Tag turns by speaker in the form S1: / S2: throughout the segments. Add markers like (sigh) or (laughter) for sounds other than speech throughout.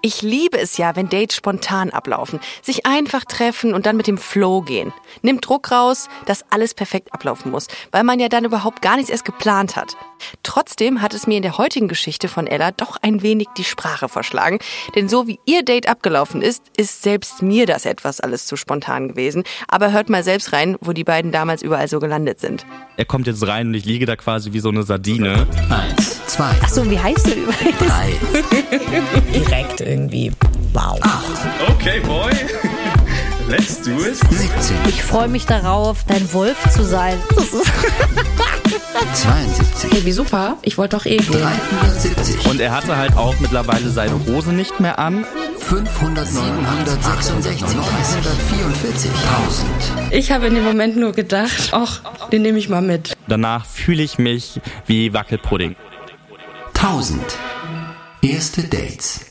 S1: Ich liebe es ja, wenn Dates spontan ablaufen. Sich einfach treffen und dann mit dem Flow gehen. Nimmt Druck raus, dass alles perfekt ablaufen muss, weil man ja dann überhaupt gar nichts erst geplant hat. Trotzdem hat es mir in der heutigen Geschichte von Ella doch ein wenig die Sprache verschlagen. Denn so wie ihr Date abgelaufen ist, ist selbst mir das etwas alles zu spontan gewesen. Aber hört mal selbst rein, wo die beiden damals überall so gelandet sind.
S2: Er kommt jetzt rein und ich liege da quasi wie so eine Sardine.
S3: Eins, zwei,
S4: So, wie heißt du übrigens?
S3: drei.
S4: Direkt irgendwie. Wow.
S2: Okay, boy. (laughs) Let's do it.
S3: 70,
S4: Ich freue mich darauf, dein Wolf zu sein. Das ist
S3: 72,
S5: Wie super, ich wollte doch eh gehen.
S3: 73,
S2: Und er hatte halt auch mittlerweile seine Hose nicht mehr an.
S3: 500, 766, 944, 1000.
S5: Ich habe in dem Moment nur gedacht, ach, den nehme ich mal mit.
S2: Danach fühle ich mich wie Wackelpudding.
S3: 1000. Erste Dates.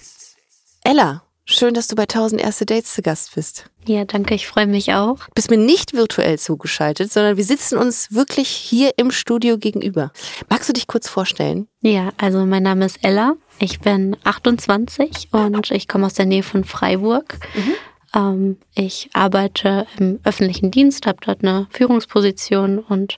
S1: Ella, schön, dass du bei 1000 erste Dates zu Gast bist.
S6: Ja, danke, ich freue mich auch.
S1: Bist mir nicht virtuell zugeschaltet, sondern wir sitzen uns wirklich hier im Studio gegenüber. Magst du dich kurz vorstellen?
S6: Ja, also mein Name ist Ella, ich bin 28 und ich komme aus der Nähe von Freiburg. Ähm, ich arbeite im öffentlichen Dienst, habe dort eine Führungsposition und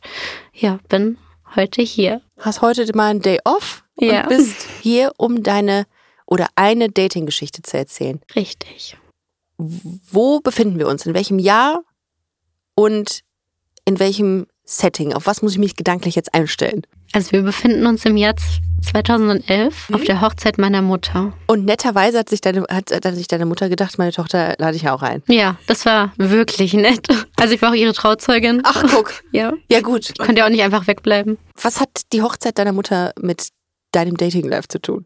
S6: ja, bin heute hier.
S1: Hast heute mal einen Day off
S6: Ja.
S1: und bist hier, um deine oder eine Dating-Geschichte zu erzählen.
S6: Richtig.
S1: Wo befinden wir uns? In welchem Jahr und in welchem Setting? Auf was muss ich mich gedanklich jetzt einstellen?
S6: Also wir befinden uns im Jahr 2011 auf der Hochzeit meiner Mutter.
S1: Und netterweise hat sich deine, hat, hat sich deine Mutter gedacht, meine Tochter lade ich ja auch ein.
S6: Ja, das war wirklich nett. (laughs) Also ich war auch ihre Trauzeugin.
S1: Ach, guck.
S6: Ja,
S1: Ja, gut.
S6: ich konnte ja auch nicht einfach wegbleiben.
S1: Was hat die Hochzeit deiner Mutter mit deinem Dating-Life zu tun?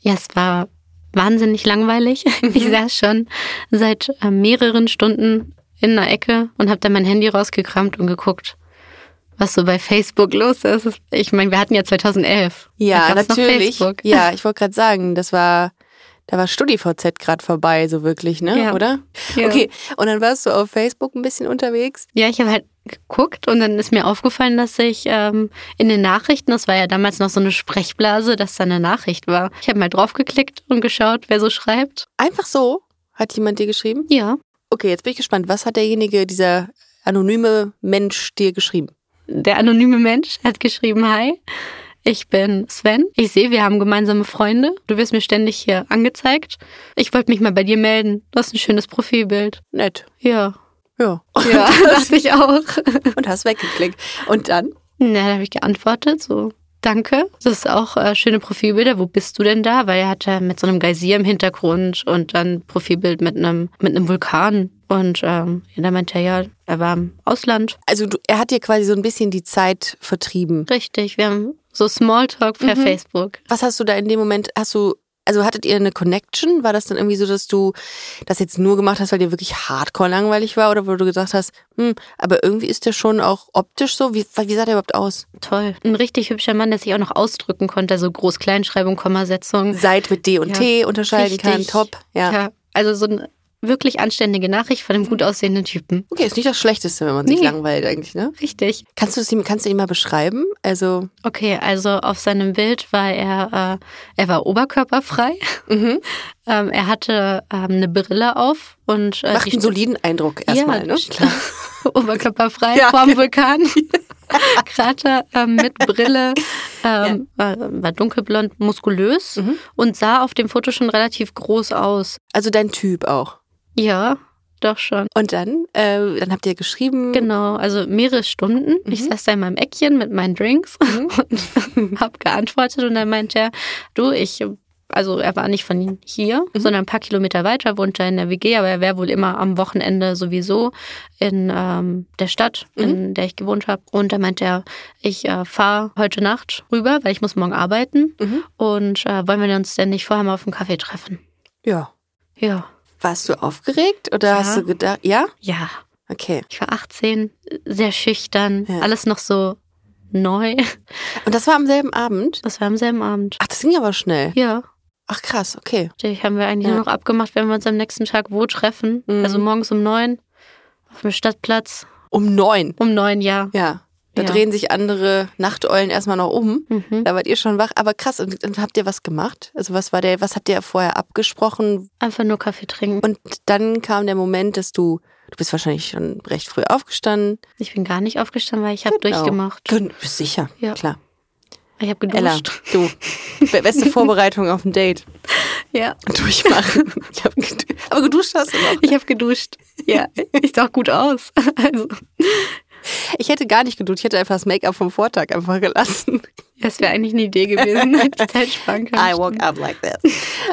S6: Ja, es war wahnsinnig langweilig. (laughs) Ich
S1: Mhm.
S6: saß schon seit äh, mehreren Stunden in einer Ecke und habe dann mein Handy rausgekramt und geguckt, was so bei Facebook los ist. Ich meine, wir hatten ja 2011.
S1: Ja,
S6: Da gab's noch
S1: natürlich.
S6: Facebook.
S1: Ja, ich wollte gerade sagen, das war, da war StudiVZ gerade vorbei, so wirklich, ne?
S6: Ja.
S1: Oder?
S6: Ja.
S1: Okay, und dann warst du auf Facebook ein bisschen unterwegs.
S6: Ja, ich habe halt geguckt und dann ist mir aufgefallen, dass ich ähm, in den Nachrichten, das war ja damals noch so eine Sprechblase, dass da eine Nachricht war. Ich habe mal draufgeklickt und geschaut, wer so schreibt.
S1: Einfach so hat jemand dir geschrieben.
S6: Ja,
S1: Okay, jetzt bin ich gespannt. Was hat derjenige, dieser anonyme Mensch dir geschrieben?
S6: Der anonyme Mensch hat geschrieben, hi, ich bin Sven. Ich sehe, wir haben gemeinsame Freunde. Du wirst mir ständig hier angezeigt. Ich wollte mich mal bei dir melden. Du hast ein schönes Profilbild.
S1: Nett.
S6: Ja.
S1: Ja.
S6: (laughs) Ja, dachte ich auch. (laughs)
S1: Und hast weggeklickt. Und dann?
S6: Na, da habe ich geantwortet, so. Danke. Das ist auch äh, schöne Profilbilder. Wo bist du denn da? Weil er hat ja mit so einem Geysir im Hintergrund und dann Profilbild mit einem mit einem Vulkan. Und ähm, ja, da meinte er ja, er war im Ausland.
S1: Also du, er hat dir quasi so ein bisschen die Zeit vertrieben.
S6: Richtig, wir haben so Smalltalk per Facebook.
S1: Was hast du da in dem Moment, hast du, also hattet ihr eine Connection? War das dann irgendwie so, dass du das jetzt nur gemacht hast, weil dir wirklich hardcore langweilig war oder wo du gesagt hast, hm, aber irgendwie ist der schon auch optisch so? Wie, wie sah der überhaupt aus?
S6: Toll. Ein richtig hübscher Mann, der sich auch noch ausdrücken konnte. Also Groß-Kleinschreibung, Kommasetzung.
S1: Seit mit D und
S6: Ja,
S1: T unterscheiden kann,
S6: richtig.
S1: top. Ja.
S6: Also so eine wirklich anständige Nachricht von einem gut aussehenden Typen.
S1: Okay, ist nicht das Schlechteste, wenn man sich
S6: Nee.
S1: langweilt eigentlich, ne?
S6: Richtig.
S1: Kannst du es ihm, kannst du ihn mal beschreiben? Also,
S6: Okay, also auf seinem Bild war er, äh, er war oberkörperfrei.
S1: mhm.
S6: (laughs) Ähm, er hatte ähm, eine Brille auf und äh,
S1: macht
S6: die
S1: einen
S6: Stirn-
S1: soliden Eindruck erstmal,
S6: ja,
S1: ne?
S6: Klar. (laughs) Oberkörperfrei
S1: Ja.
S6: vorm
S1: (laughs)
S6: Vulkan. Krater ähm, mit Brille, ähm, war, war dunkelblond, muskulös
S1: Mhm.
S6: und sah auf dem Foto schon relativ groß aus.
S1: (laughs) Also dein Typ auch.
S6: Ja, doch schon.
S1: Und dann, äh, dann habt ihr geschrieben.
S6: Genau, also mehrere Stunden. Ich
S1: Mhm.
S6: saß da in meinem Eckchen mit meinen Drinks (laughs) und habe geantwortet und dann meinte er, du, ich, also er war nicht von hier,
S1: Mhm.
S6: sondern ein paar Kilometer weiter, wohnt er in der WG, aber er wäre wohl immer am Wochenende sowieso in ähm, der Stadt,
S1: Mhm.
S6: in der ich gewohnt habe. Und dann meinte er, ich äh, fahre heute Nacht rüber, weil ich muss morgen arbeiten
S1: Mhm.
S6: und äh, wollen wir uns denn nicht vorher mal auf einen Kaffee treffen?
S1: Ja.
S6: Ja,
S1: Warst du aufgeregt oder
S6: Ja.
S1: hast du gedacht, ja?
S6: ja.
S1: Okay.
S6: Ich war 18, sehr schüchtern,
S1: Ja.
S6: alles noch so neu.
S1: Und das war am selben Abend?
S6: Das war am selben Abend.
S1: Ach, das ging aber schnell.
S6: Ja,
S1: Ach krass, okay.
S6: ich haben wir eigentlich
S1: Ja.
S6: nur noch abgemacht, wenn wir uns am nächsten Tag wo treffen.
S1: Mhm.
S6: Also morgens um neun auf dem Stadtplatz.
S1: Um neun.
S6: Um neun, ja.
S1: Ja. Da
S6: Ja.
S1: drehen sich andere Nachteulen erstmal noch um. Da wart ihr schon wach. Aber krass, und, und habt ihr was gemacht? Also was war der, was habt ihr vorher abgesprochen?
S6: Einfach nur Kaffee trinken.
S1: Und dann kam der Moment, dass du, du bist wahrscheinlich schon recht früh aufgestanden.
S6: Ich bin gar nicht aufgestanden, weil ich habe durchgemacht.
S1: Genau. Du bist sicher,
S6: Ja.
S1: klar.
S6: Ich habe
S1: Ella,
S6: geduscht.
S1: du, be- beste Vorbereitung auf ein (laughs) Date.
S6: (laughs) Ja.
S1: Durchmachen. Ich hab gedu- aber geduscht hast du noch.
S6: Ich habe geduscht. Ja, ich sah auch gut aus. (laughs) Also,
S1: Ich hätte gar nicht geduscht, ich hätte einfach das Make-up vom Vortag einfach gelassen.
S6: das wäre eigentlich eine Idee (laughs) gewesen. Hätte ich Zeit sparen können.
S1: I walk out like that.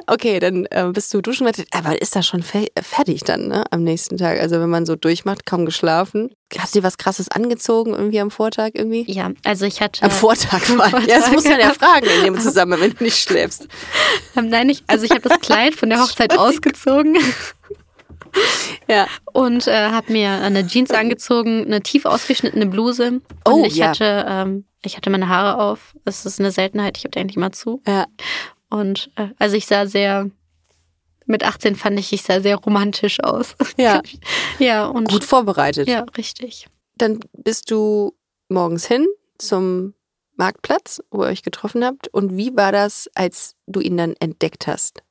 S1: Okay, dann äh, bist du duschen gegangen. Aber ist das schon fe äh, fertig dann, ne? Am nächsten Tag. Also wenn man so durchmacht, kaum geschlafen. Hast du dir was krasses angezogen irgendwie am Vortag irgendwie?
S6: Ja, also ich hatte.
S1: Am Vortag vor allem. Ja, das muss man ja fragen in
S6: (laughs)
S1: dem Zusammenhang, wenn du nicht schläfst.
S6: Ähm, Nein, ich, also ich habe das Kleid von der
S1: (laughs)
S6: Hochzeit ausgezogen
S1: Ja.
S6: und äh, habe mir eine Jeans angezogen, eine tief ausgeschnittene Bluse. Und
S1: Oh,
S6: ich
S1: ja.
S6: hatte, ähm, ich hatte meine Haare auf. Das ist eine Seltenheit. Ich habe die eigentlich mal zu.
S1: Ja.
S6: Und äh, also ich sah sehr. Mit 18 fand ich, ich sah sehr romantisch aus. (laughs)
S1: Ja.
S6: ja und
S1: Gut vorbereitet.
S6: ja, richtig.
S1: Dann bist du morgens hin zum Marktplatz, wo ihr euch getroffen habt. Und wie war das, als du ihn dann entdeckt hast?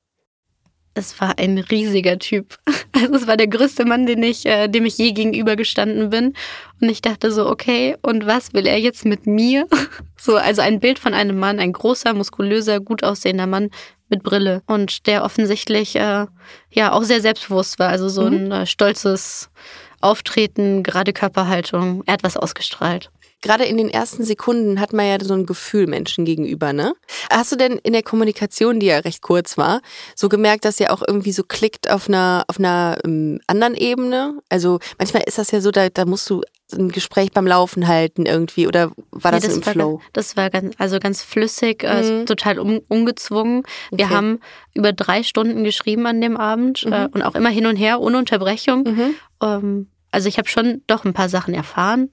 S6: Es war ein riesiger Typ. (laughs) Also es war der größte Mann, den ich, äh, dem ich je gegenübergestanden bin. Und ich dachte so, okay, und was will er jetzt mit mir? (laughs) So, also ein Bild von einem Mann, ein großer, muskulöser, gut aussehender Mann mit Brille und der offensichtlich äh, ja auch sehr selbstbewusst war. Also so ein äh, stolzes Auftreten, gerade Körperhaltung. Er hat was ausgestrahlt.
S1: Gerade in den ersten Sekunden hat man ja so ein Gefühl Menschen gegenüber, ne? Hast du denn in der Kommunikation, die ja recht kurz war, so gemerkt, dass ihr auch irgendwie so klickt auf einer, auf einer ähm, anderen Ebene? Also manchmal ist das ja so, da, da musst du ein Gespräch beim Laufen halten irgendwie oder war das,
S6: Nee,
S1: im Flow? Mhm.
S6: War, das war ganz, also ganz flüssig, äh, total un, ungezwungen.
S1: Okay.
S6: Wir
S1: Mhm.
S6: haben über drei Stunden geschrieben an dem Abend äh, und auch immer hin und her, ohne Unterbrechung. Ähm, also ich habe schon doch ein paar Sachen erfahren.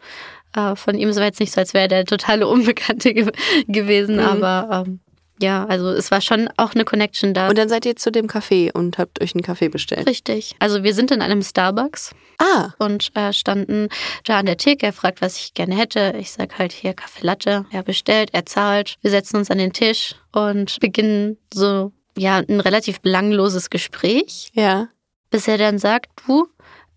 S6: Äh, von ihm Es war jetzt nicht so, als wäre er der totale Unbekannte ge gewesen,
S1: Mhm.
S6: aber ähm, ja, also es war schon auch eine Connection da.
S1: Und dann seid ihr zu dem Café und habt euch einen Kaffee bestellt.
S6: Richtig. Also wir sind in einem Starbucks
S1: Ah,
S6: und äh, standen da an der Theke. Er fragt, was ich gerne hätte. Ich sag halt hier Kaffee Latte. Er bestellt, er zahlt. Wir setzen uns an den Tisch und beginnen so ja ein relativ belangloses Gespräch,
S1: ja.
S6: bis er dann sagt, du,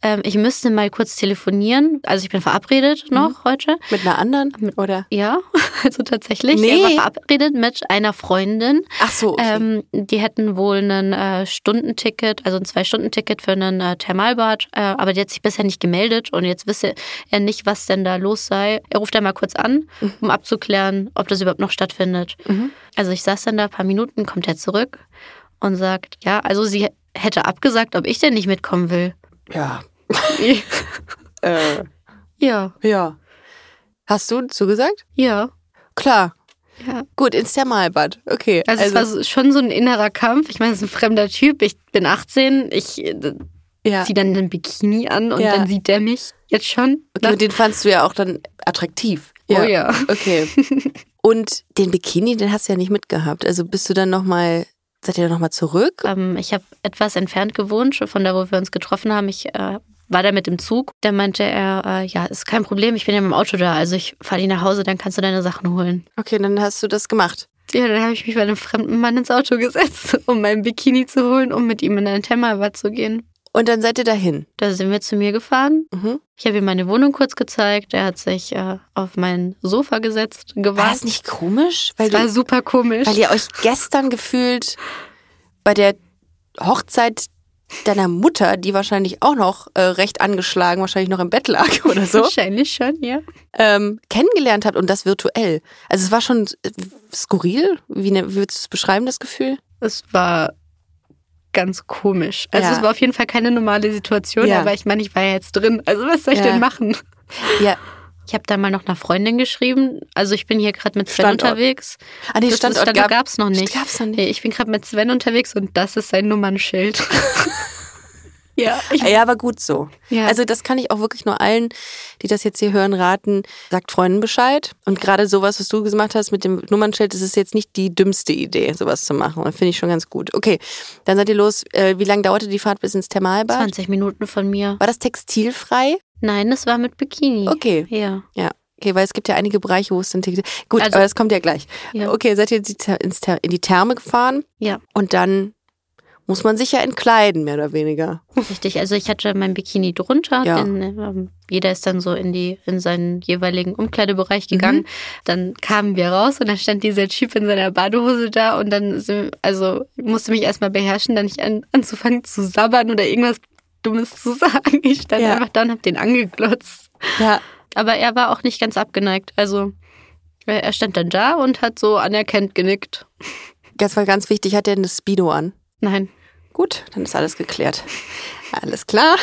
S6: ähm, ich müsste mal kurz telefonieren. Also ich bin verabredet noch heute.
S1: Mit einer anderen? Oder?
S6: Ja, (laughs) also tatsächlich.
S1: Nee.
S6: Er war verabredet mit einer Freundin.
S1: Ach so, okay.
S6: Ähm, die hätten wohl ein äh, Stundenticket, also ein Zwei-Stunden-Ticket für einen äh, Thermalbad, äh, aber die hat sich bisher nicht gemeldet und jetzt wisse er nicht, was denn da los sei. Er ruft einmal kurz an, um abzuklären, ob das überhaupt noch stattfindet. Also ich saß dann da ein paar Minuten, kommt er zurück und sagt, ja, also sie hätte abgesagt, ob ich denn nicht mitkommen will.
S1: ja. äh,
S6: (laughs) ja,
S1: ja. Hast du zugesagt?
S6: ja.
S1: Klar.
S6: Ja.
S1: Gut, ins Thermalbad. Okay.
S6: Also, es war so- schon so ein innerer Kampf. Ich meine, es ist ein fremder Typ. Ich bin 18. Ich äh,
S1: ja.
S6: zieh dann einen Bikini an und
S1: Ja.
S6: dann sieht der mich jetzt schon.
S1: Okay, und den fandst du ja auch dann attraktiv.
S6: Oh ja. (laughs)
S1: Okay. Und den Bikini, den hast du ja nicht mitgehabt. Also bist du dann nochmal, seid ihr dann nochmal zurück?
S6: ähm, ich habe etwas entfernt gewohnt, von da, wo wir uns getroffen haben. Ich äh, war da mit dem Zug. Da meinte er, äh, ja, ist kein Problem, ich bin ja mit dem Auto da. Also ich fahre dich nach Hause, dann kannst du deine Sachen holen.
S1: Okay, dann hast du das gemacht.
S6: Ja, dann habe ich mich bei einem fremden Mann ins Auto gesetzt, (laughs) um meinen Bikini zu holen, um mit ihm in ein Thermalbad zu gehen.
S1: Und dann seid ihr dahin.
S6: Da sind wir zu mir gefahren.
S1: Mhm.
S6: Ich habe ihm meine Wohnung kurz gezeigt. Er hat sich äh, auf mein Sofa gesetzt,
S1: War das
S6: gewartet.
S1: nicht komisch? Weil,
S6: Das war
S1: du,
S6: super komisch.
S1: weil ihr euch gestern gefühlt bei der Hochzeit deiner Mutter, die wahrscheinlich auch noch äh, recht angeschlagen, wahrscheinlich noch im Bett lag (laughs) oder so,
S6: Wahrscheinlich schon, ja.
S1: ähm, kennengelernt hat und das virtuell. Also es war schon äh, skurril. Wie, ne, wie würdest du es beschreiben, das Gefühl?
S6: Es war ganz komisch. Also
S1: Ja.
S6: es war auf jeden Fall keine normale Situation,
S1: Ja.
S6: aber ich meine, ich war ja jetzt drin. Also was soll ich
S1: Ja.
S6: denn machen?
S1: Ja,
S6: Ich habe da mal noch einer Freundin geschrieben. Also ich bin hier gerade mit Sven
S1: Standort.
S6: unterwegs.
S1: Ah, nee,
S6: Das- das
S1: Standort,
S6: Standort
S1: gab,
S6: gab's noch nicht.
S1: Gab's noch
S6: Nee,
S1: nicht.
S6: ich bin gerade mit Sven unterwegs und das ist sein Nummernschild. (laughs) Ah ja, ich,
S1: Ja, aber gut so.
S6: Ja.
S1: Also das kann ich auch wirklich nur allen, die das jetzt hier hören, raten. Sagt Freunden Bescheid. Und gerade sowas, was du gemacht hast mit dem Nummernschild, das ist jetzt nicht die dümmste Idee, sowas zu machen. Das finde ich schon ganz gut. Okay, dann seid ihr los. Äh, wie lange dauerte die Fahrt bis ins Thermalbad?
S6: 20 Minuten von mir.
S1: War das textilfrei?
S6: Nein, es war mit Bikini.
S1: Okay.
S6: Ja.
S1: Ja. Okay, weil es gibt ja einige Bereiche, wo es dann Tickets. Gut,
S6: Also-
S1: aber das kommt ja gleich.
S6: Ja.
S1: Okay, seid ihr die Ter- ins Ter- in die Therme gefahren
S6: Ja,
S1: und dann muss man sich ja entkleiden, mehr oder weniger.
S6: richtig. Also ich hatte mein Bikini drunter.
S1: Ja.
S6: In, ähm, jeder ist dann so in die in seinen jeweiligen Umkleidebereich
S1: Mhm.
S6: gegangen. Dann kamen wir raus und dann stand dieser Typ in seiner Badehose da und dann sind- also ich musste mich erstmal beherrschen, dann nicht an, anzufangen zu sabbern oder irgendwas Dummes zu (laughs) sagen. Ich stand
S1: Ja.
S6: einfach da und hab den angeglotzt.
S1: Ja.
S6: Aber er war auch nicht ganz abgeneigt. Also äh, er stand dann da und hat so anerkennt genickt.
S1: Das war ganz wichtig. Hat der eine Speedo an?
S6: Nein.
S1: Gut, dann ist alles geklärt. Alles klar.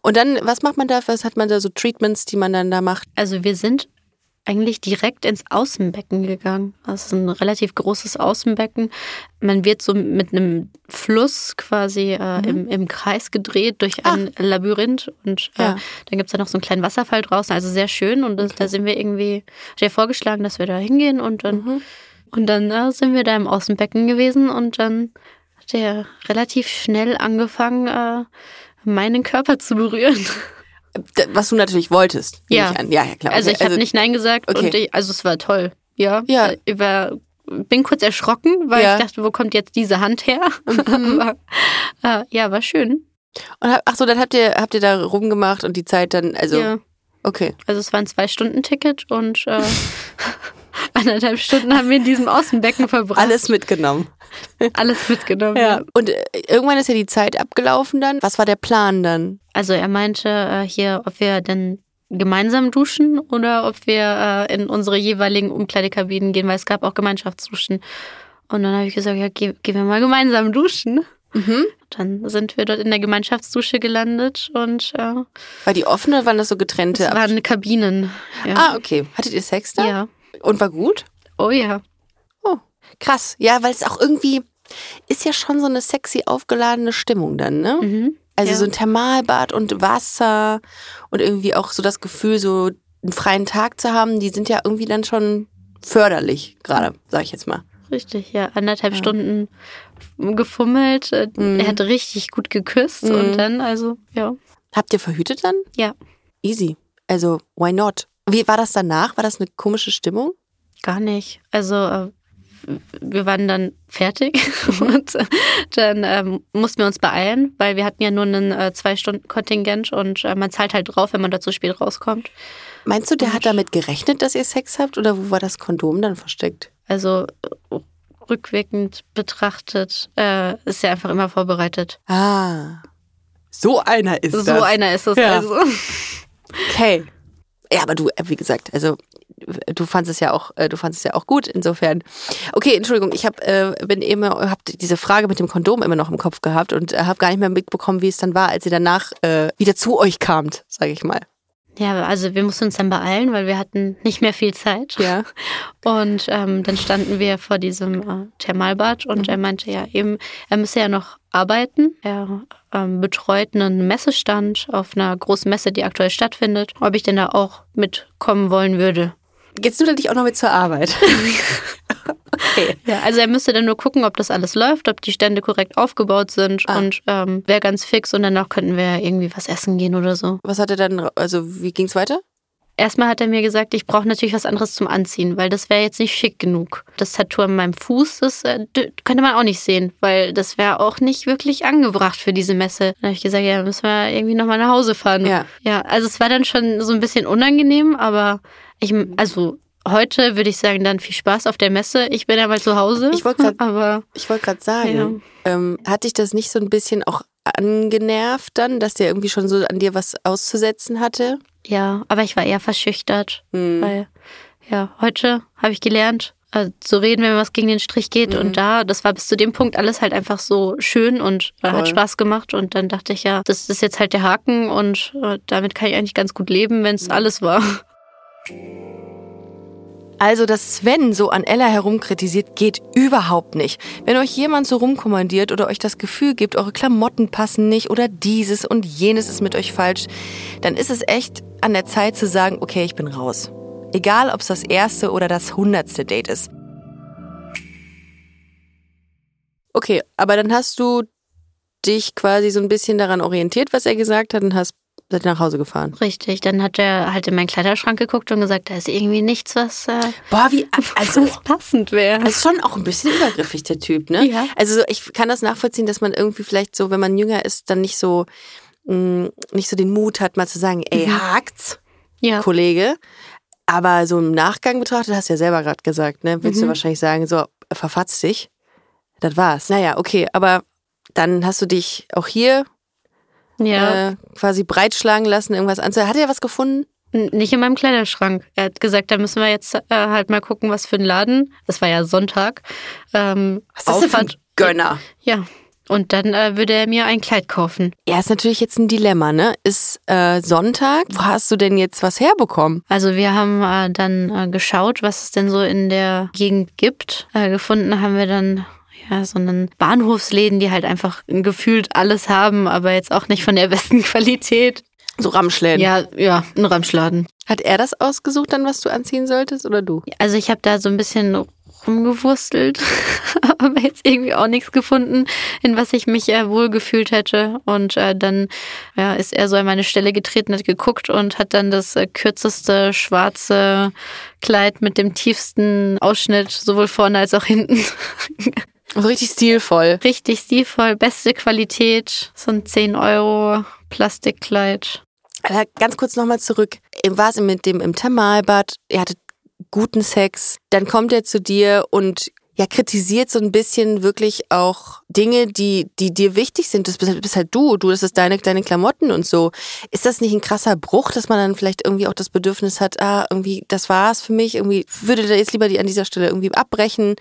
S1: Und dann, was macht man da? Was hat man da so Treatments, die man dann da macht?
S6: Also wir sind eigentlich direkt ins Außenbecken gegangen. Das ist ein relativ großes Außenbecken. Man wird so mit einem Fluss quasi äh, im, im Kreis gedreht durch ein Labyrinth und äh,
S1: Ja.
S6: dann gibt es da noch so einen kleinen Wasserfall draußen. Also sehr schön und das, da sind wir irgendwie, hat er vorgeschlagen, dass wir da hingehen und dann, und dann äh, sind wir da im Außenbecken gewesen und dann hat er relativ schnell angefangen, äh, meinen Körper zu berühren.
S1: D- Was du natürlich wolltest. nehme
S6: Ja.
S1: Ich an. ja, ja, klar.
S6: Also
S1: Okay,
S6: ich habe nicht Nein gesagt
S1: okay.
S6: und ich, also es war toll. Ja. äh,
S1: Ja.
S6: Ich war, bin kurz erschrocken, weil
S1: Ja. Mhm.
S6: ich dachte, wo kommt jetzt diese Hand her? (laughs) Aber, äh, ja, war schön.
S1: Und hab, ach so, dann habt ihr, habt ihr da rumgemacht und die Zeit dann, also,
S6: Ja.
S1: okay.
S6: Also es war ein Zwei-Stunden-Ticket und äh, (laughs) anderthalb Stunden haben wir in diesem Außenbecken verbracht.
S1: Alles mitgenommen.
S6: alles mitgenommen.
S1: Ja. Und äh, irgendwann ist ja die Zeit abgelaufen dann. Was war der Plan dann?
S6: Also er meinte äh, hier, ob wir denn gemeinsam duschen oder ob wir äh, in unsere jeweiligen Umkleidekabinen gehen, weil es gab auch Gemeinschaftsduschen. Und dann habe ich gesagt, ja, geh, gehen wir mal gemeinsam duschen.
S1: Mhm.
S6: Dann sind wir dort in der Gemeinschaftsdusche gelandet und äh,
S1: War die offene oder waren das so
S6: es
S1: getrennte?
S6: waren Kabinen. Ja.
S1: ah, okay. Hattet ihr Sex da?
S6: ja.
S1: Und war gut?
S6: Oh ja.
S1: Oh, krass. Ja, weil es auch irgendwie ist ja schon so eine sexy aufgeladene Stimmung dann, ne?
S6: Mhm.
S1: Also
S6: ja.
S1: so ein Thermalbad und Wasser und irgendwie auch so das Gefühl, so einen freien Tag zu haben, die sind ja irgendwie dann schon förderlich, gerade, sag ich jetzt mal.
S6: Richtig, ja. Anderthalb Stunden gefummelt. Äh,
S1: Mhm.
S6: Er hat richtig gut geküsst und dann, also, ja.
S1: Habt ihr verhütet dann?
S6: Ja.
S1: Easy. Also, why not? Wie war das danach? War das eine komische Stimmung?
S6: Gar nicht. Also äh, wir waren dann fertig
S1: Mhm.
S6: (laughs) und äh, dann ähm, mussten wir uns beeilen, weil wir hatten ja nur einen äh, zwei Stunden Kontingent und äh, man zahlt halt drauf, wenn man da zu spät rauskommt.
S1: Meinst du, der hat damit gerechnet, dass ihr Sex habt? Oder wo war das Kondom dann versteckt?
S6: Also äh, rückwirkend betrachtet äh, ist ja einfach immer vorbereitet.
S1: Ah. So einer ist
S6: so
S1: das.
S6: einer ist es
S1: Ja.
S6: also.
S1: Okay. Ja, aber du, äh, wie gesagt, also du fandest es ja auch, äh, du fandest es ja auch gut. Insofern, okay, Entschuldigung, ich habe, äh, bin immer, habe diese Frage mit dem Kondom immer noch im Kopf gehabt und äh, habe gar nicht mehr mitbekommen, wie es dann war, als ihr danach äh, wieder zu euch kamt, sage ich mal.
S6: Ja, also wir mussten uns dann beeilen, weil wir hatten nicht mehr viel Zeit.
S1: Ja.
S6: (laughs) Und ähm, dann standen wir vor diesem äh, Thermalbad und er meinte ja eben, er müsse ja noch arbeiten. Er ähm, betreut einen Messestand auf einer großen Messe, die aktuell stattfindet, ob ich denn da auch mitkommen wollen würde.
S1: Jetzt nimmt er dich auch noch mit zur Arbeit. (laughs) okay.
S6: Ja, also er müsste dann nur gucken, ob das alles läuft, ob die Stände korrekt aufgebaut sind und ähm, wäre ganz fix und danach könnten wir irgendwie was essen gehen oder so.
S1: Was hat er dann, also wie ging's weiter?
S6: Erstmal hat er mir gesagt, ich brauche natürlich was anderes zum Anziehen, weil das wäre jetzt nicht schick genug. Das Tattoo an meinem Fuß, das äh, d- könnte man auch nicht sehen, weil das wäre auch nicht wirklich angebracht für diese Messe. Dann habe ich gesagt, ja, dann müssen wir irgendwie nochmal nach Hause fahren.
S1: Ja.
S6: Ja, also es war dann schon so ein bisschen unangenehm, aber ich, also heute würde ich sagen, dann viel Spaß auf der Messe. Ich bin ja mal zu Hause.
S1: Ich wollte grad-
S6: (laughs) aber
S1: Ich wollte gerade sagen, ähm, hat dich das nicht so ein bisschen auch angenervt dann, dass der irgendwie schon so an dir was auszusetzen hatte?
S6: Ja, aber ich war eher verschüchtert, weil ja, heute habe ich gelernt, äh, zu reden, wenn was gegen den Strich geht. Und da, das war bis zu dem Punkt alles halt einfach so schön und äh, hat Spaß gemacht. Und dann dachte ich ja, das ist jetzt halt der Haken und äh, damit kann ich eigentlich ganz gut leben, wenn es alles war. (laughs)
S1: Also, dass Sven so an Ella herumkritisiert, geht überhaupt nicht. Wenn euch jemand so rumkommandiert oder euch das Gefühl gibt, eure Klamotten passen nicht oder dieses und jenes ist mit euch falsch, dann ist es echt an der Zeit zu sagen, okay, ich bin raus. Egal, ob es das erste oder das hundertste Date ist. Okay, aber dann hast du dich quasi so ein bisschen daran orientiert, was er gesagt hat und hast seid ihr nach Hause gefahren.
S6: Richtig, dann hat er halt in meinen Kleiderschrank geguckt und gesagt, da ist irgendwie nichts, was, äh,
S1: Boah, wie,
S6: (laughs)
S1: also,
S6: was passend wäre.
S1: Also schon auch ein bisschen übergriffig, der Typ, ne?
S6: Ja.
S1: Also so, ich kann das nachvollziehen, dass man irgendwie vielleicht so, wenn man jünger ist, dann nicht so, mh, nicht so den Mut hat, mal zu sagen, ey, hakt's,
S6: Mhm. Ja.
S1: Kollege. Aber so im Nachgang betrachtet, hast du ja selber gerade gesagt, ne?
S6: Mhm.
S1: Willst du wahrscheinlich sagen, so, verfatz dich. Das war's. Naja, okay, aber dann hast du dich auch hier
S6: ja.
S1: äh, quasi breitschlagen lassen, irgendwas anzuhören. Hat er was gefunden?
S6: N- Nicht in meinem Kleiderschrank. Er hat gesagt, da müssen wir jetzt äh, halt mal gucken, was für ein Laden. Das war ja Sonntag. Ähm, aufhat.
S1: Gönner?
S6: Ja. Und dann äh, würde er mir ein Kleid kaufen.
S1: Ja, ist natürlich jetzt ein Dilemma, ne? Ist äh, Sonntag, wo hast du denn jetzt was herbekommen?
S6: Also wir haben äh, dann äh, geschaut, was es denn so in der Gegend gibt. Äh, gefunden haben wir dann ja so einen Bahnhofsläden, die halt einfach gefühlt alles haben, aber jetzt auch nicht von der besten (laughs) Qualität.
S1: So Ramschläden.
S6: Ja, ja, ein Ramschladen.
S1: Hat er das ausgesucht dann, was du anziehen solltest oder du?
S6: Also ich habe da so ein bisschen rumgewurstelt, (laughs) aber jetzt irgendwie auch nichts gefunden, in was ich mich äh, wohlgefühlt hätte. Und äh, dann ja, ist er so an meine Stelle getreten, hat geguckt und hat dann das äh, kürzeste schwarze Kleid mit dem tiefsten Ausschnitt, sowohl vorne als auch hinten. (laughs)
S1: Also richtig stilvoll.
S6: Richtig stilvoll, beste Qualität, so ein 10 Euro Plastikkleid.
S1: Aber ganz kurz nochmal zurück. Ihr War es mit dem im Thermalbad? Ihr hattet guten Sex. Dann kommt er zu dir und ja, kritisiert so ein bisschen wirklich auch Dinge, die, die dir wichtig sind. Das bist, bist halt du. Du, das ist deine, deine Klamotten und so. Ist das nicht ein krasser Bruch, dass man dann vielleicht irgendwie auch das Bedürfnis hat, ah, irgendwie, das war's für mich, irgendwie würde da jetzt lieber die an dieser Stelle irgendwie abbrechen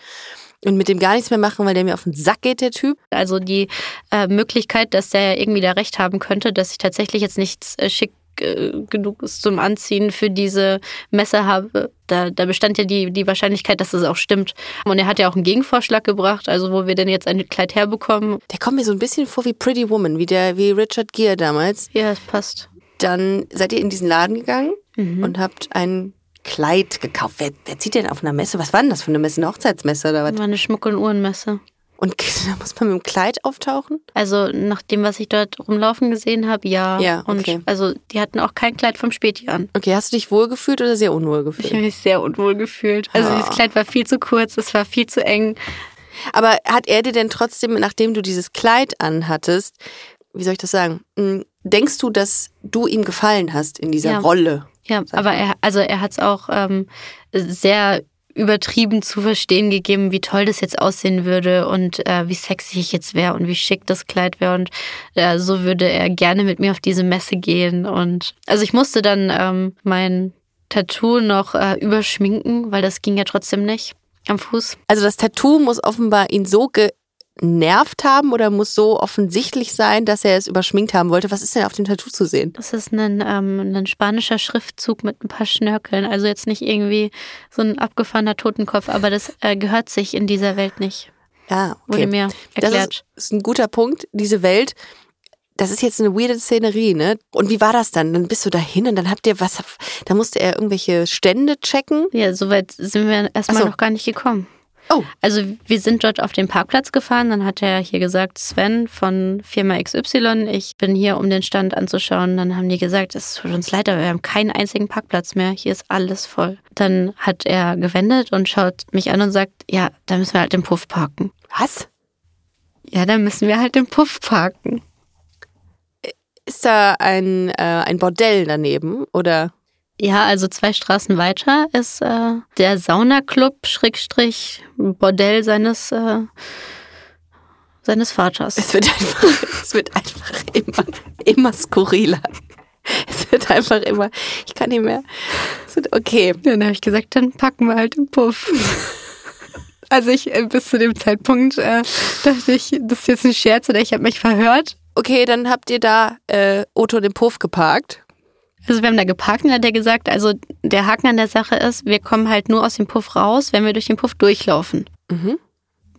S1: und mit dem gar nichts mehr machen, weil der mir auf den Sack geht, der Typ?
S6: Also die äh, Möglichkeit, dass der irgendwie da recht haben könnte, dass ich tatsächlich jetzt nichts äh, schick äh, genug ist zum Anziehen für diese Messe habe, da, da bestand ja die, die Wahrscheinlichkeit, dass es auch stimmt. Und er hat ja auch einen Gegenvorschlag gebracht, also wo wir denn jetzt ein Kleid herbekommen.
S1: Der kommt mir so ein bisschen vor wie Pretty Woman, wie der, wie Richard Gere damals.
S6: Ja, es passt.
S1: dann seid ihr in diesen Laden gegangen
S6: Mhm.
S1: und habt ein Kleid gekauft. Wer, wer zieht denn auf einer Messe? Was war denn das für eine Messe? Eine Hochzeitsmesse oder was?
S6: War eine Schmuck- und Uhrenmesse.
S1: Und (laughs) da muss man mit dem Kleid auftauchen?
S6: Also nach dem, was ich dort rumlaufen gesehen habe, ja.
S1: Ja, okay.
S6: Und also die hatten auch kein Kleid vom Späti an.
S1: Okay, hast du dich wohl gefühlt oder sehr unwohl
S6: Ich habe
S1: gefühlt?
S6: mich sehr unwohl gefühlt. Also
S1: Ah.
S6: dieses Kleid war viel zu kurz, es war viel zu eng.
S1: Aber hat er dir denn trotzdem, nachdem du dieses Kleid anhattest, wie soll ich das sagen? Hm, Denkst du, dass du ihm gefallen hast in dieser
S6: Ja.
S1: Rolle?
S6: Ja, aber er, also er hat es auch ähm, sehr übertrieben zu verstehen gegeben, wie toll das jetzt aussehen würde und äh, wie sexy ich jetzt wäre und wie schick das Kleid wäre und äh, so würde er gerne mit mir auf diese Messe gehen und also ich musste dann ähm, mein Tattoo noch äh, überschminken, weil das ging ja trotzdem nicht am Fuß.
S1: Also das Tattoo muss offenbar ihn so genervt haben oder muss so offensichtlich sein, dass er es überschminkt haben wollte. Was ist denn auf dem Tattoo zu sehen?
S6: Das ist ein, ähm, ein spanischer Schriftzug mit ein paar Schnörkeln, also jetzt nicht irgendwie so ein abgefahrener Totenkopf, aber das äh, gehört sich in dieser Welt nicht.
S1: Ja, okay.
S6: Wurde mir
S1: Das
S6: erklärt.
S1: ist, ist ein guter Punkt, diese Welt. Das ist jetzt eine weirde Szenerie, ne? Und wie war das dann? Dann bist du dahin und dann habt ihr was, da musste er irgendwelche Stände checken.
S6: Ja, soweit sind wir erstmal
S1: Ach so.
S6: noch gar nicht gekommen.
S1: Oh,
S6: Also wir sind dort auf den Parkplatz gefahren, dann hat er hier gesagt, Sven von Firma XY, ich bin hier, um den Stand anzuschauen. Dann haben die gesagt, es tut uns leid, aber wir haben keinen einzigen Parkplatz mehr, hier ist alles voll. Dann hat er gewendet und schaut mich an und sagt, ja, da müssen wir halt den Puff parken.
S1: was?
S6: Ja, dann müssen wir halt den Puff parken.
S1: Ist da ein, äh, ein Bordell daneben? Oder?
S6: Ja, also zwei Straßen weiter ist äh, der Saunaclub, Schrägstrich, Bordell seines, äh, seines Vaters.
S1: Es wird einfach, (laughs) es wird einfach immer, immer skurriler. Es wird einfach immer, ich kann nicht mehr. Es wird, okay.
S6: Dann habe ich gesagt, dann packen wir halt den (laughs) Puff. Also ich äh, bis zu dem Zeitpunkt äh, dachte ich, das ist jetzt ein Scherz oder ich habe mich verhört.
S1: Okay, dann habt ihr da äh, Otto den Puff geparkt.
S6: Also wir haben da geparkt und hat er gesagt, also der Haken an der Sache ist, wir kommen halt nur aus dem Puff raus, wenn wir durch den Puff durchlaufen.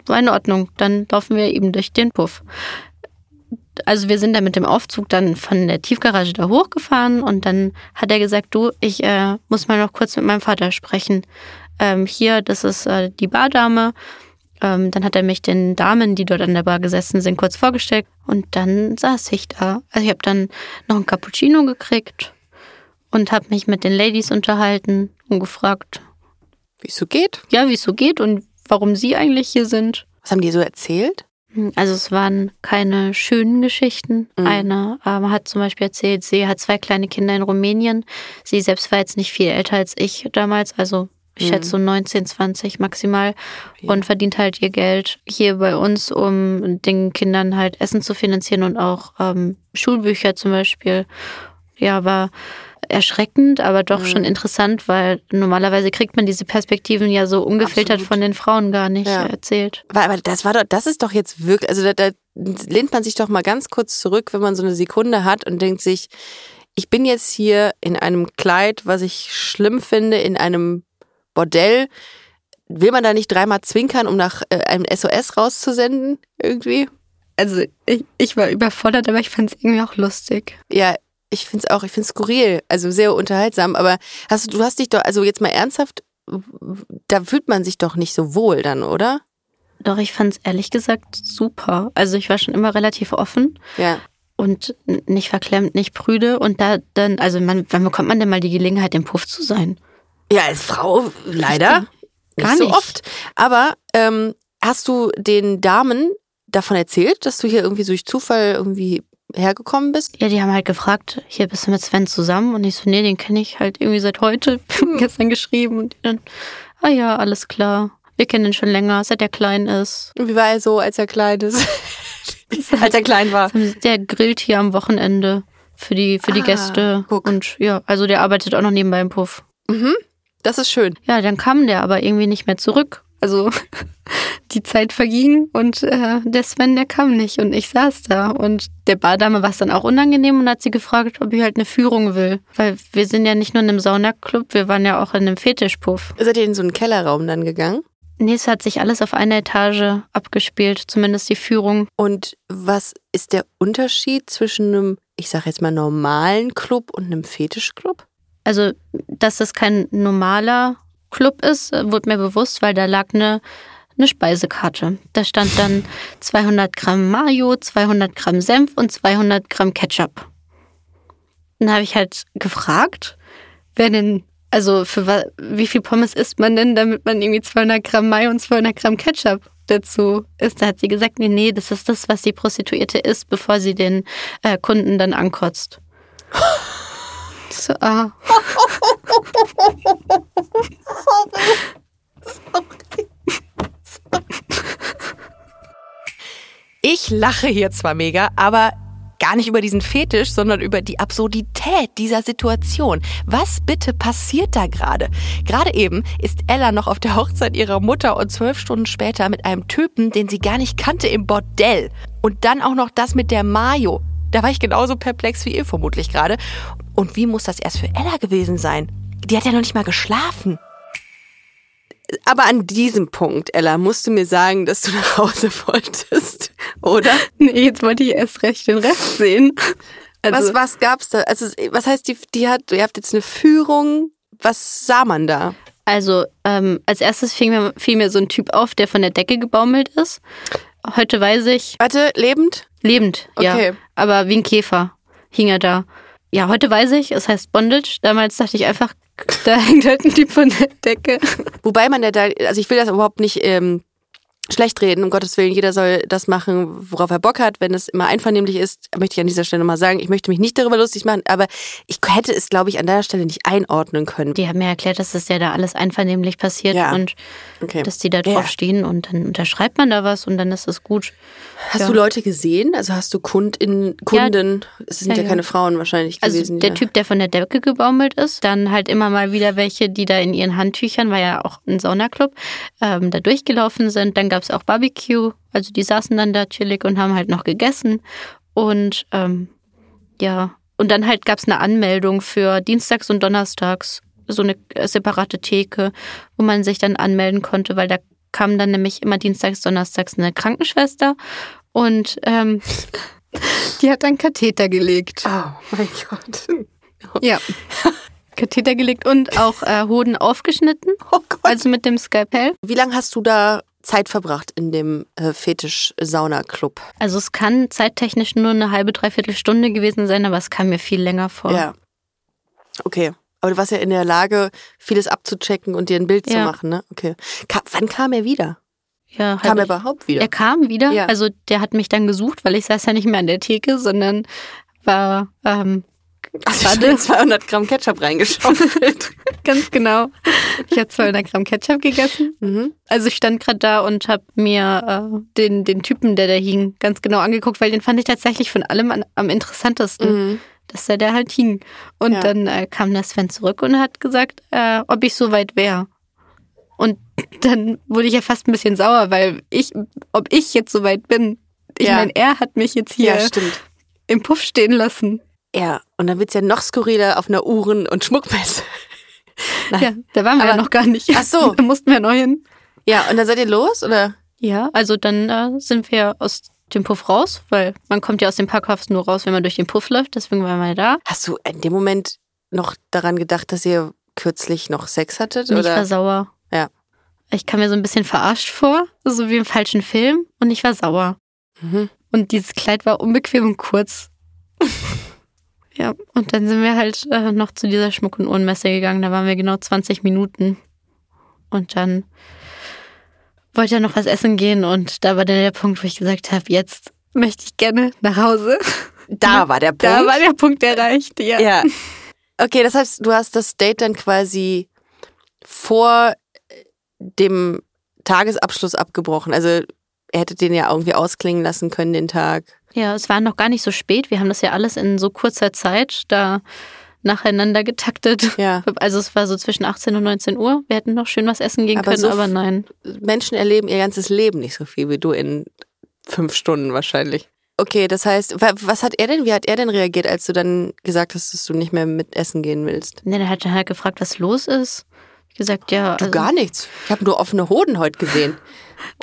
S6: War in Ordnung, dann laufen wir eben durch den Puff. Also wir sind da mit dem Aufzug dann von der Tiefgarage da hochgefahren und dann hat er gesagt, du, ich äh, muss mal noch kurz mit meinem Vater sprechen. Ähm, hier, das ist äh, die Bardame. Ähm, dann hat er mich den Damen, die dort an der Bar gesessen sind, kurz vorgestellt. Und dann saß ich da. Also ich habe dann noch einen Cappuccino gekriegt und habe mich mit den Ladies unterhalten und gefragt,
S1: Wie es so geht?
S6: ja, wie es so geht und warum sie eigentlich hier sind.
S1: Was haben die so erzählt?
S6: Also es waren keine schönen Geschichten. Eine ähm, hat zum Beispiel erzählt, sie hat zwei kleine Kinder in Rumänien. Sie selbst war jetzt nicht viel älter als ich damals, also ich schätze so 19, 20 maximal und verdient halt ihr Geld hier bei uns, um den Kindern halt Essen zu finanzieren und auch ähm, Schulbücher zum Beispiel. Ja, war erschreckend, aber doch schon interessant, weil normalerweise kriegt man diese Perspektiven ja so ungefiltert von den Frauen gar nicht
S1: Ja.
S6: äh, erzählt.
S1: Weil, aber das war doch, das ist doch jetzt wirklich, also da, da lehnt man sich doch mal ganz kurz zurück, wenn man so eine Sekunde hat und denkt sich, ich bin jetzt hier in einem Kleid, was ich schlimm finde, in einem Bordell. Will man da nicht dreimal zwinkern, um nach äh, einem SOS rauszusenden? Irgendwie?
S6: also ich, ich war überfordert, aber ich fand es irgendwie auch lustig.
S1: Ja, ich find's auch, ich find's skurril, also sehr unterhaltsam, aber hast du, du hast dich doch, also jetzt mal ernsthaft, da fühlt man sich doch nicht so wohl dann, oder?
S6: Doch, ich fand es ehrlich gesagt super. Also ich war schon immer relativ offen
S1: Ja.
S6: und n- nicht verklemmt, nicht prüde. Und da dann, also man, wann bekommt man denn mal die Gelegenheit, im Puff zu sein?
S1: Ja, als Frau leider.
S6: Gar
S1: nicht so
S6: nicht.
S1: oft. Aber ähm, hast du den Damen davon erzählt, dass du hier irgendwie durch Zufall irgendwie hergekommen bist?
S6: Ja, die haben halt gefragt, hier bist du mit Sven zusammen? Und ich so, nee, den kenne ich halt irgendwie seit heute, (laughs) gestern geschrieben. Und die dann, ah ja, alles klar. Wir kennen ihn schon länger, seit er klein ist.
S1: Und wie war er so, als er klein
S6: (laughs)
S1: ist? als er klein war.
S6: Der grillt hier am Wochenende für die, für die
S1: Ah,
S6: Gäste.
S1: guck.
S6: Und ja, also der arbeitet auch noch nebenbei im Puff.
S1: Das ist schön.
S6: Ja, dann kam der aber irgendwie nicht mehr zurück. Also (laughs) die Zeit verging und äh, der Sven, der kam nicht und ich saß da. Und der Bardame war es dann auch unangenehm und hat sie gefragt, ob ich halt eine Führung will. Weil wir sind ja nicht nur in einem Saunaclub, wir waren ja auch in einem Fetischpuff.
S1: Seid ihr in so einen Kellerraum dann gegangen?
S6: Nee, es hat sich alles auf einer Etage abgespielt, zumindest die Führung.
S1: Und was ist der Unterschied zwischen einem, ich sag jetzt mal, normalen Club und einem Fetischclub?
S6: also dass das kein normaler Club ist, äh, wurde mir bewusst, weil da lag eine, eine Speisekarte. Da stand dann 200 Gramm Mayo, 200 Gramm Senf und 200 Gramm Ketchup. Dann habe ich halt gefragt, wer denn, also für wa- wie viel Pommes isst man denn, damit man irgendwie 200 Gramm Mayo und 200 Gramm Ketchup dazu isst. Da hat sie gesagt, nee, nee, das ist das, was die Prostituierte isst, bevor sie den äh, Kunden dann ankotzt. Ich So, ah.
S1: Ich lache hier zwar mega, aber gar nicht über diesen Fetisch, sondern über die Absurdität dieser Situation. Was bitte passiert da gerade? Gerade eben ist Ella noch auf der Hochzeit ihrer Mutter und zwölf Stunden später mit einem Typen, den sie gar nicht kannte, im Bordell. Und dann auch noch das mit der Mayo. Da war ich genauso perplex wie ihr vermutlich gerade. Und wie muss das erst für Ella gewesen sein? Die hat ja noch nicht mal geschlafen. Aber an diesem Punkt, Ella, musst du mir sagen, dass du nach Hause wolltest, (laughs) oder?
S6: (laughs) Nee, jetzt wollte ich erst recht den Rest sehen. Also,
S1: was, was gab's da? Also, was heißt, die, die hat, ihr habt jetzt eine Führung. Was sah man da?
S6: also ähm, als erstes fiel mir, fiel mir so ein Typ auf, der von der Decke gebaumelt ist. Heute weiß ich,
S1: Warte, lebend?
S6: lebend, ja.
S1: Okay.
S6: Aber wie ein Käfer hing er da. Ja, heute weiß ich, es heißt Bondage. Damals dachte ich einfach, (laughs) da hängt halt ein Typ von der Decke.
S1: Wobei man ja da, also ich will das überhaupt nicht ähm, schlecht reden, um Gottes Willen, jeder soll das machen, worauf er Bock hat. Wenn es immer einvernehmlich ist, möchte ich an dieser Stelle mal sagen, ich möchte mich nicht darüber lustig machen, aber ich hätte es, glaube ich, an der Stelle nicht einordnen können.
S6: Die haben mir erklärt, dass das ja da alles einvernehmlich passiert
S1: Ja.
S6: und
S1: Okay.
S6: dass die da
S1: Ja.
S6: drauf stehen und dann unterschreibt man da was und dann ist es gut.
S1: Hast du Leute gesehen? Also hast du Kundin, Kunden? es sind ja,
S6: Ja, ja.
S1: keine Frauen wahrscheinlich
S6: Also
S1: gewesen.
S6: der
S1: die da-
S6: Typ, der von der Decke gebaumelt ist, dann halt immer mal wieder welche, die da in ihren Handtüchern, war ja auch ein Saunaclub, ähm, da durchgelaufen sind. Dann gab es auch Barbecue, also die saßen dann da chillig und haben halt noch gegessen. Und ähm, ja, und dann halt gab es eine Anmeldung für Dienstags und Donnerstags, so eine äh, separate Theke, wo man sich dann anmelden konnte, weil da kam dann nämlich immer Dienstags, Donnerstags eine Krankenschwester und ähm, (laughs) die hat einen Katheter gelegt.
S1: Oh mein Gott. (laughs)
S6: Ja. Katheter gelegt und auch äh, Hoden aufgeschnitten,
S1: Oh Gott.
S6: also mit dem Skalpell.
S1: Wie lange hast du da Zeit verbracht in dem äh, Fetisch-Sauna-Club?
S6: Also es kann zeittechnisch nur eine halbe, dreiviertel Stunde gewesen sein, aber es kam mir viel länger vor.
S1: Ja. Okay. Aber du warst ja in der Lage, vieles abzuchecken und dir ein Bild zu
S6: Ja.
S1: machen, ne? Okay. Ka wann kam er wieder?
S6: Ja,
S1: Kam er
S6: halbe-
S1: überhaupt wieder?
S6: Er kam wieder.
S1: Ja.
S6: Also der hat mich dann gesucht, weil ich saß ja nicht mehr an der Theke, sondern war ähm,
S1: Hast du (laughs) schon 200 Gramm Ketchup
S6: (laughs)
S1: reingeschaufelt?
S6: ganz genau. Ich habe 200 Gramm Ketchup gegessen.
S1: mhm.
S6: Also ich stand gerade da und habe mir äh, den, den Typen, der da hing, ganz genau angeguckt, weil den fand ich tatsächlich von allem an, am interessantesten,
S1: Mhm.
S6: dass er da halt hing. Und
S1: Ja.
S6: dann äh, kam der Sven zurück und hat gesagt, äh, ob ich so weit wäre. Und dann wurde ich ja fast ein bisschen sauer, weil ich, ob ich jetzt so weit bin. Ich
S1: Ja.
S6: meine, er hat mich jetzt hier
S1: Ja, stimmt.
S6: im Puff stehen lassen.
S1: Ja, und dann wird's ja noch skurriler auf einer Uhren- und Schmuckmesse. (laughs) Nein.
S6: Ja, da waren wir ja
S1: Aber-
S6: noch gar nicht.
S1: Ach so.
S6: (laughs) da mussten wir neu hin.
S1: Ja, und dann seid ihr los, oder?
S6: Ja, also dann äh, sind wir aus dem Puff raus, weil man kommt ja aus dem Parkhaus nur raus, wenn man durch den Puff läuft. Deswegen waren wir da.
S1: Hast du in dem Moment noch daran gedacht, dass ihr kürzlich noch Sex hattet?
S6: Und ich war
S1: oder?
S6: sauer.
S1: Ja.
S6: Ich kam mir so ein bisschen verarscht vor, so wie im falschen Film. Und ich war sauer.
S1: Mhm.
S6: Und dieses Kleid war unbequem
S1: (laughs)
S6: und kurz. ja, und dann sind wir halt äh, noch zu dieser Schmuck- und Uhrenmesse gegangen. Da waren wir genau 20 Minuten. Und dann wollte er noch was essen gehen. Und da war dann der Punkt, wo ich gesagt habe, jetzt möchte ich gerne nach Hause.
S1: Da war der Punkt.
S6: Da war der Punkt erreicht, ja.
S1: Ja. Okay, das heißt, du hast das Date dann quasi vor äh, dem Tagesabschluss abgebrochen. Also er hätte den ja irgendwie ausklingen lassen können, den Tag.
S6: Ja, es war noch gar nicht so spät. Wir haben das ja alles in so kurzer Zeit da nacheinander getaktet.
S1: Ja.
S6: (laughs) Also es war so zwischen 18 und 19 Uhr. Wir hätten noch schön was essen gehen
S1: Aber
S6: können,
S1: so
S6: aber
S1: f-
S6: nein.
S1: Menschen erleben ihr ganzes Leben nicht so viel wie du in fünf Stunden wahrscheinlich. Okay, das heißt, wa- was hat er denn, wie hat er denn reagiert, als du dann gesagt hast, dass du nicht mehr mit essen gehen willst?
S6: Und dann hat er halt gefragt, was los ist. Ich gesagt, ja, also
S1: Du gar nichts. Ich habe nur offene Hoden heute gesehen.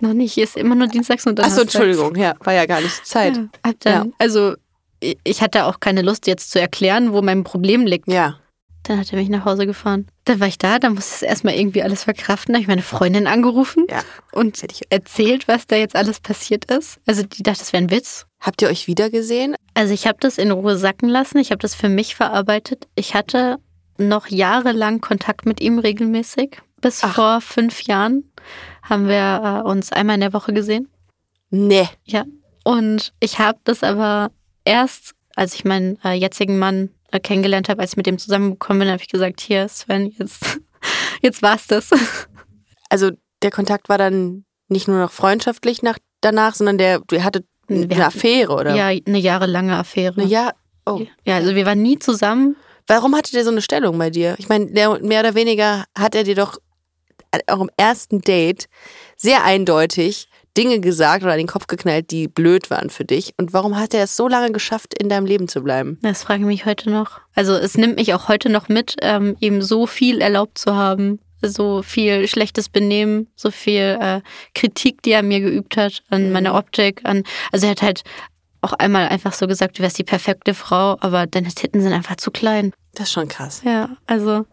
S6: noch nicht. Hier ist immer nur Dienstags und
S1: Achso,
S6: Donnerstags.
S1: Entschuldigung, ja, war ja gar nicht Zeit.
S6: Ja, hab dann,
S1: Ja.
S6: Also ich- ich hatte auch keine Lust jetzt zu erklären, wo mein Problem liegt.
S1: Ja.
S6: Dann hat er mich nach Hause gefahren. Dann war ich da, dann musste ich es erstmal irgendwie alles verkraften. Da habe ich meine Freundin angerufen
S1: Ja.
S6: und erzählt, was da jetzt alles passiert ist. Also die dachte, das wäre ein Witz.
S1: Habt ihr euch wieder gesehen?
S6: Also ich habe das in Ruhe sacken lassen, ich habe das für mich verarbeitet. Ich hatte noch jahrelang Kontakt mit ihm regelmäßig. Bis
S1: Ach.
S6: vor fünf Jahren haben wir äh, uns einmal in der Woche gesehen.
S1: Nee.
S6: Ja. Und ich habe das aber erst, als ich meinen äh, jetzigen Mann äh, kennengelernt habe, als ich mit dem zusammengekommen bin, habe ich gesagt, hier Sven, jetzt, (laughs) jetzt war's das.
S1: Also der Kontakt war dann nicht nur noch freundschaftlich nach, danach, sondern der, ihr hattet
S6: Wir
S1: eine
S6: hatten-
S1: Affäre, oder?
S6: Ja, eine jahrelange Affäre.
S1: Na ja. Oh.
S6: Ja, also wir waren nie zusammen.
S1: Warum hatte der so eine Stellung bei dir? Ich meine, der- mehr oder weniger hat er dir doch äh, auch im ersten Date sehr eindeutig Dinge gesagt oder an den Kopf geknallt, die blöd waren für dich. Und warum hat er es so lange geschafft, in deinem Leben zu bleiben?
S6: Das frage ich mich heute noch. Also es nimmt mich auch heute noch mit, ähm, ihm so viel erlaubt zu haben, so viel schlechtes Benehmen, so viel äh, Kritik, die er mir geübt hat,
S1: Mhm.
S6: an meiner Optik, an. Also er hat halt auch einmal einfach so gesagt, du wärst die perfekte Frau, aber deine Titten sind einfach zu klein.
S1: Das ist schon krass.
S6: Ja, also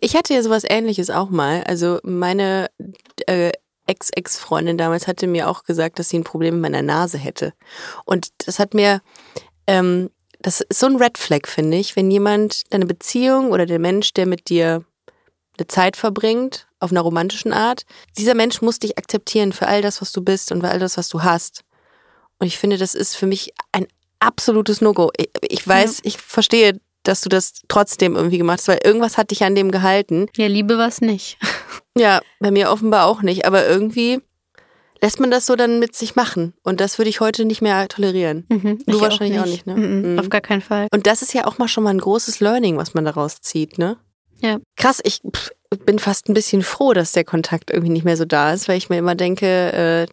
S1: Ich hatte ja sowas ähnliches auch mal. Also meine äh, Ex-Ex-Freundin damals hatte mir auch gesagt, dass sie ein Problem mit meiner Nase hätte. Und das hat mir, ähm, das ist so ein Red Flag, finde ich, wenn jemand deine Beziehung oder der Mensch, der mit dir eine Zeit verbringt, auf einer romantischen Art, dieser Mensch muss dich akzeptieren für all das, was du bist und für all das, was du hast. Und ich finde, das ist für mich ein absolutes No-Go. Ich, ich weiß, ich verstehe, dass du das trotzdem irgendwie gemacht hast, weil irgendwas hat dich an dem gehalten.
S6: ja, Liebe war es (laughs) nicht.
S1: Ja, bei mir offenbar auch nicht, aber irgendwie lässt man das so dann mit sich machen. Und das würde ich heute nicht mehr tolerieren.
S6: Mhm,
S1: Du
S6: ich
S1: wahrscheinlich auch nicht, ne?
S6: Mhm,
S1: Mhm.
S6: Auf gar keinen Fall.
S1: Und das ist ja auch mal schon mal ein großes Learning, was man daraus zieht, ne?
S6: Ja.
S1: Krass, ich pff, bin fast ein bisschen froh, dass der Kontakt irgendwie nicht mehr so da ist, weil ich mir immer denke, äh,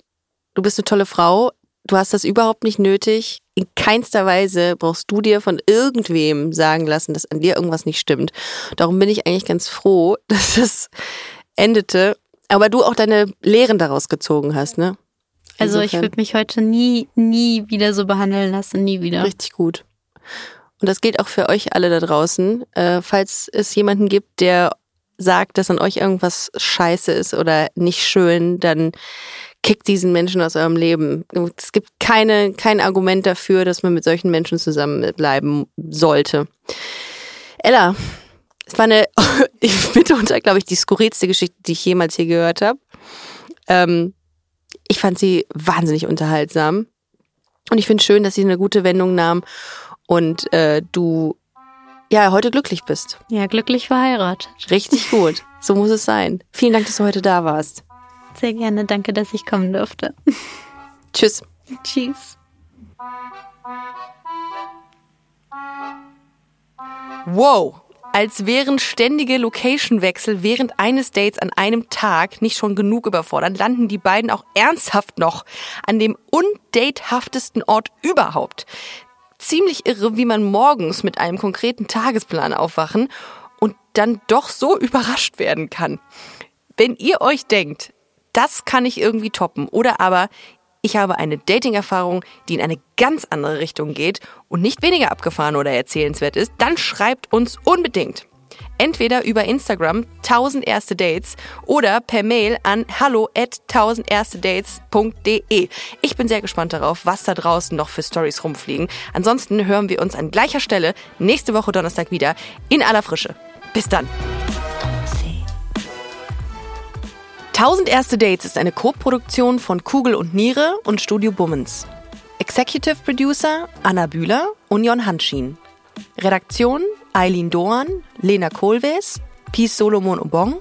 S1: du bist eine tolle Frau, du hast das überhaupt nicht nötig. In keinster Weise brauchst du dir von irgendwem sagen lassen, dass an dir irgendwas nicht stimmt. Darum bin ich eigentlich ganz froh, (laughs) dass es endete. Aber du auch deine Lehren daraus gezogen hast, ne?
S6: Also ich
S1: Insofern.
S6: würde mich heute nie, nie wieder so behandeln lassen, nie wieder.
S1: Richtig gut. Und das gilt auch für euch alle da draußen. Äh, falls es jemanden gibt, der sagt, dass an euch irgendwas scheiße ist oder nicht schön, dann kickt diesen Menschen aus eurem Leben. Es gibt keine, kein Argument dafür, dass man mit solchen Menschen zusammenbleiben sollte. Ella, es war eine (laughs) mitunter, glaube ich, die skurrilste Geschichte, die ich jemals hier gehört habe. Ähm, ich fand sie wahnsinnig unterhaltsam. Und ich finde schön, dass sie eine gute Wendung nahm und äh, du ja heute glücklich bist.
S6: Ja, glücklich verheiratet.
S1: Richtig (laughs) gut. So muss es sein. Vielen Dank, dass du heute da warst.
S6: Sehr gerne. Danke, dass ich kommen durfte. (laughs)
S1: Tschüss.
S6: Tschüss.
S1: Wow. Als wären ständige Location-Wechsel während eines Dates an einem Tag nicht schon genug überfordern, landen die beiden auch ernsthaft noch an dem undatehaftesten Ort überhaupt. Ziemlich irre, wie man morgens mit einem konkreten Tagesplan aufwachen und dann doch so überrascht werden kann. Wenn ihr euch denkt, das kann ich irgendwie toppen oder aber ich habe eine Dating-Erfahrung, die in eine ganz andere Richtung geht und nicht weniger abgefahren oder erzählenswert ist, dann schreibt uns unbedingt. Entweder über Instagram 1000 erste Dates oder per Mail an hallo at 1000erstedates.de. Ich bin sehr gespannt darauf, was da draußen noch für Stories rumfliegen. Ansonsten hören wir uns an gleicher Stelle nächste Woche Donnerstag wieder in aller Frische. Bis dann. 1000 Erste Dates ist eine Co-Produktion von Kugel und Niere und Studio Bummens. Executive Producer Anna Bühler und Jon Hanschin. Redaktion Eileen Doan, Lena Kohlwees, Peace Solomon Obong,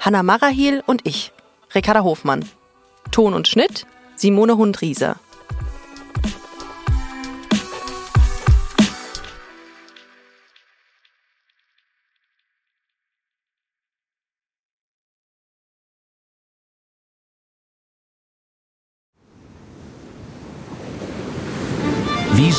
S1: Hanna Marahil und ich, Ricarda Hofmann. Ton und Schnitt Simone Hundrieser.
S7: Wie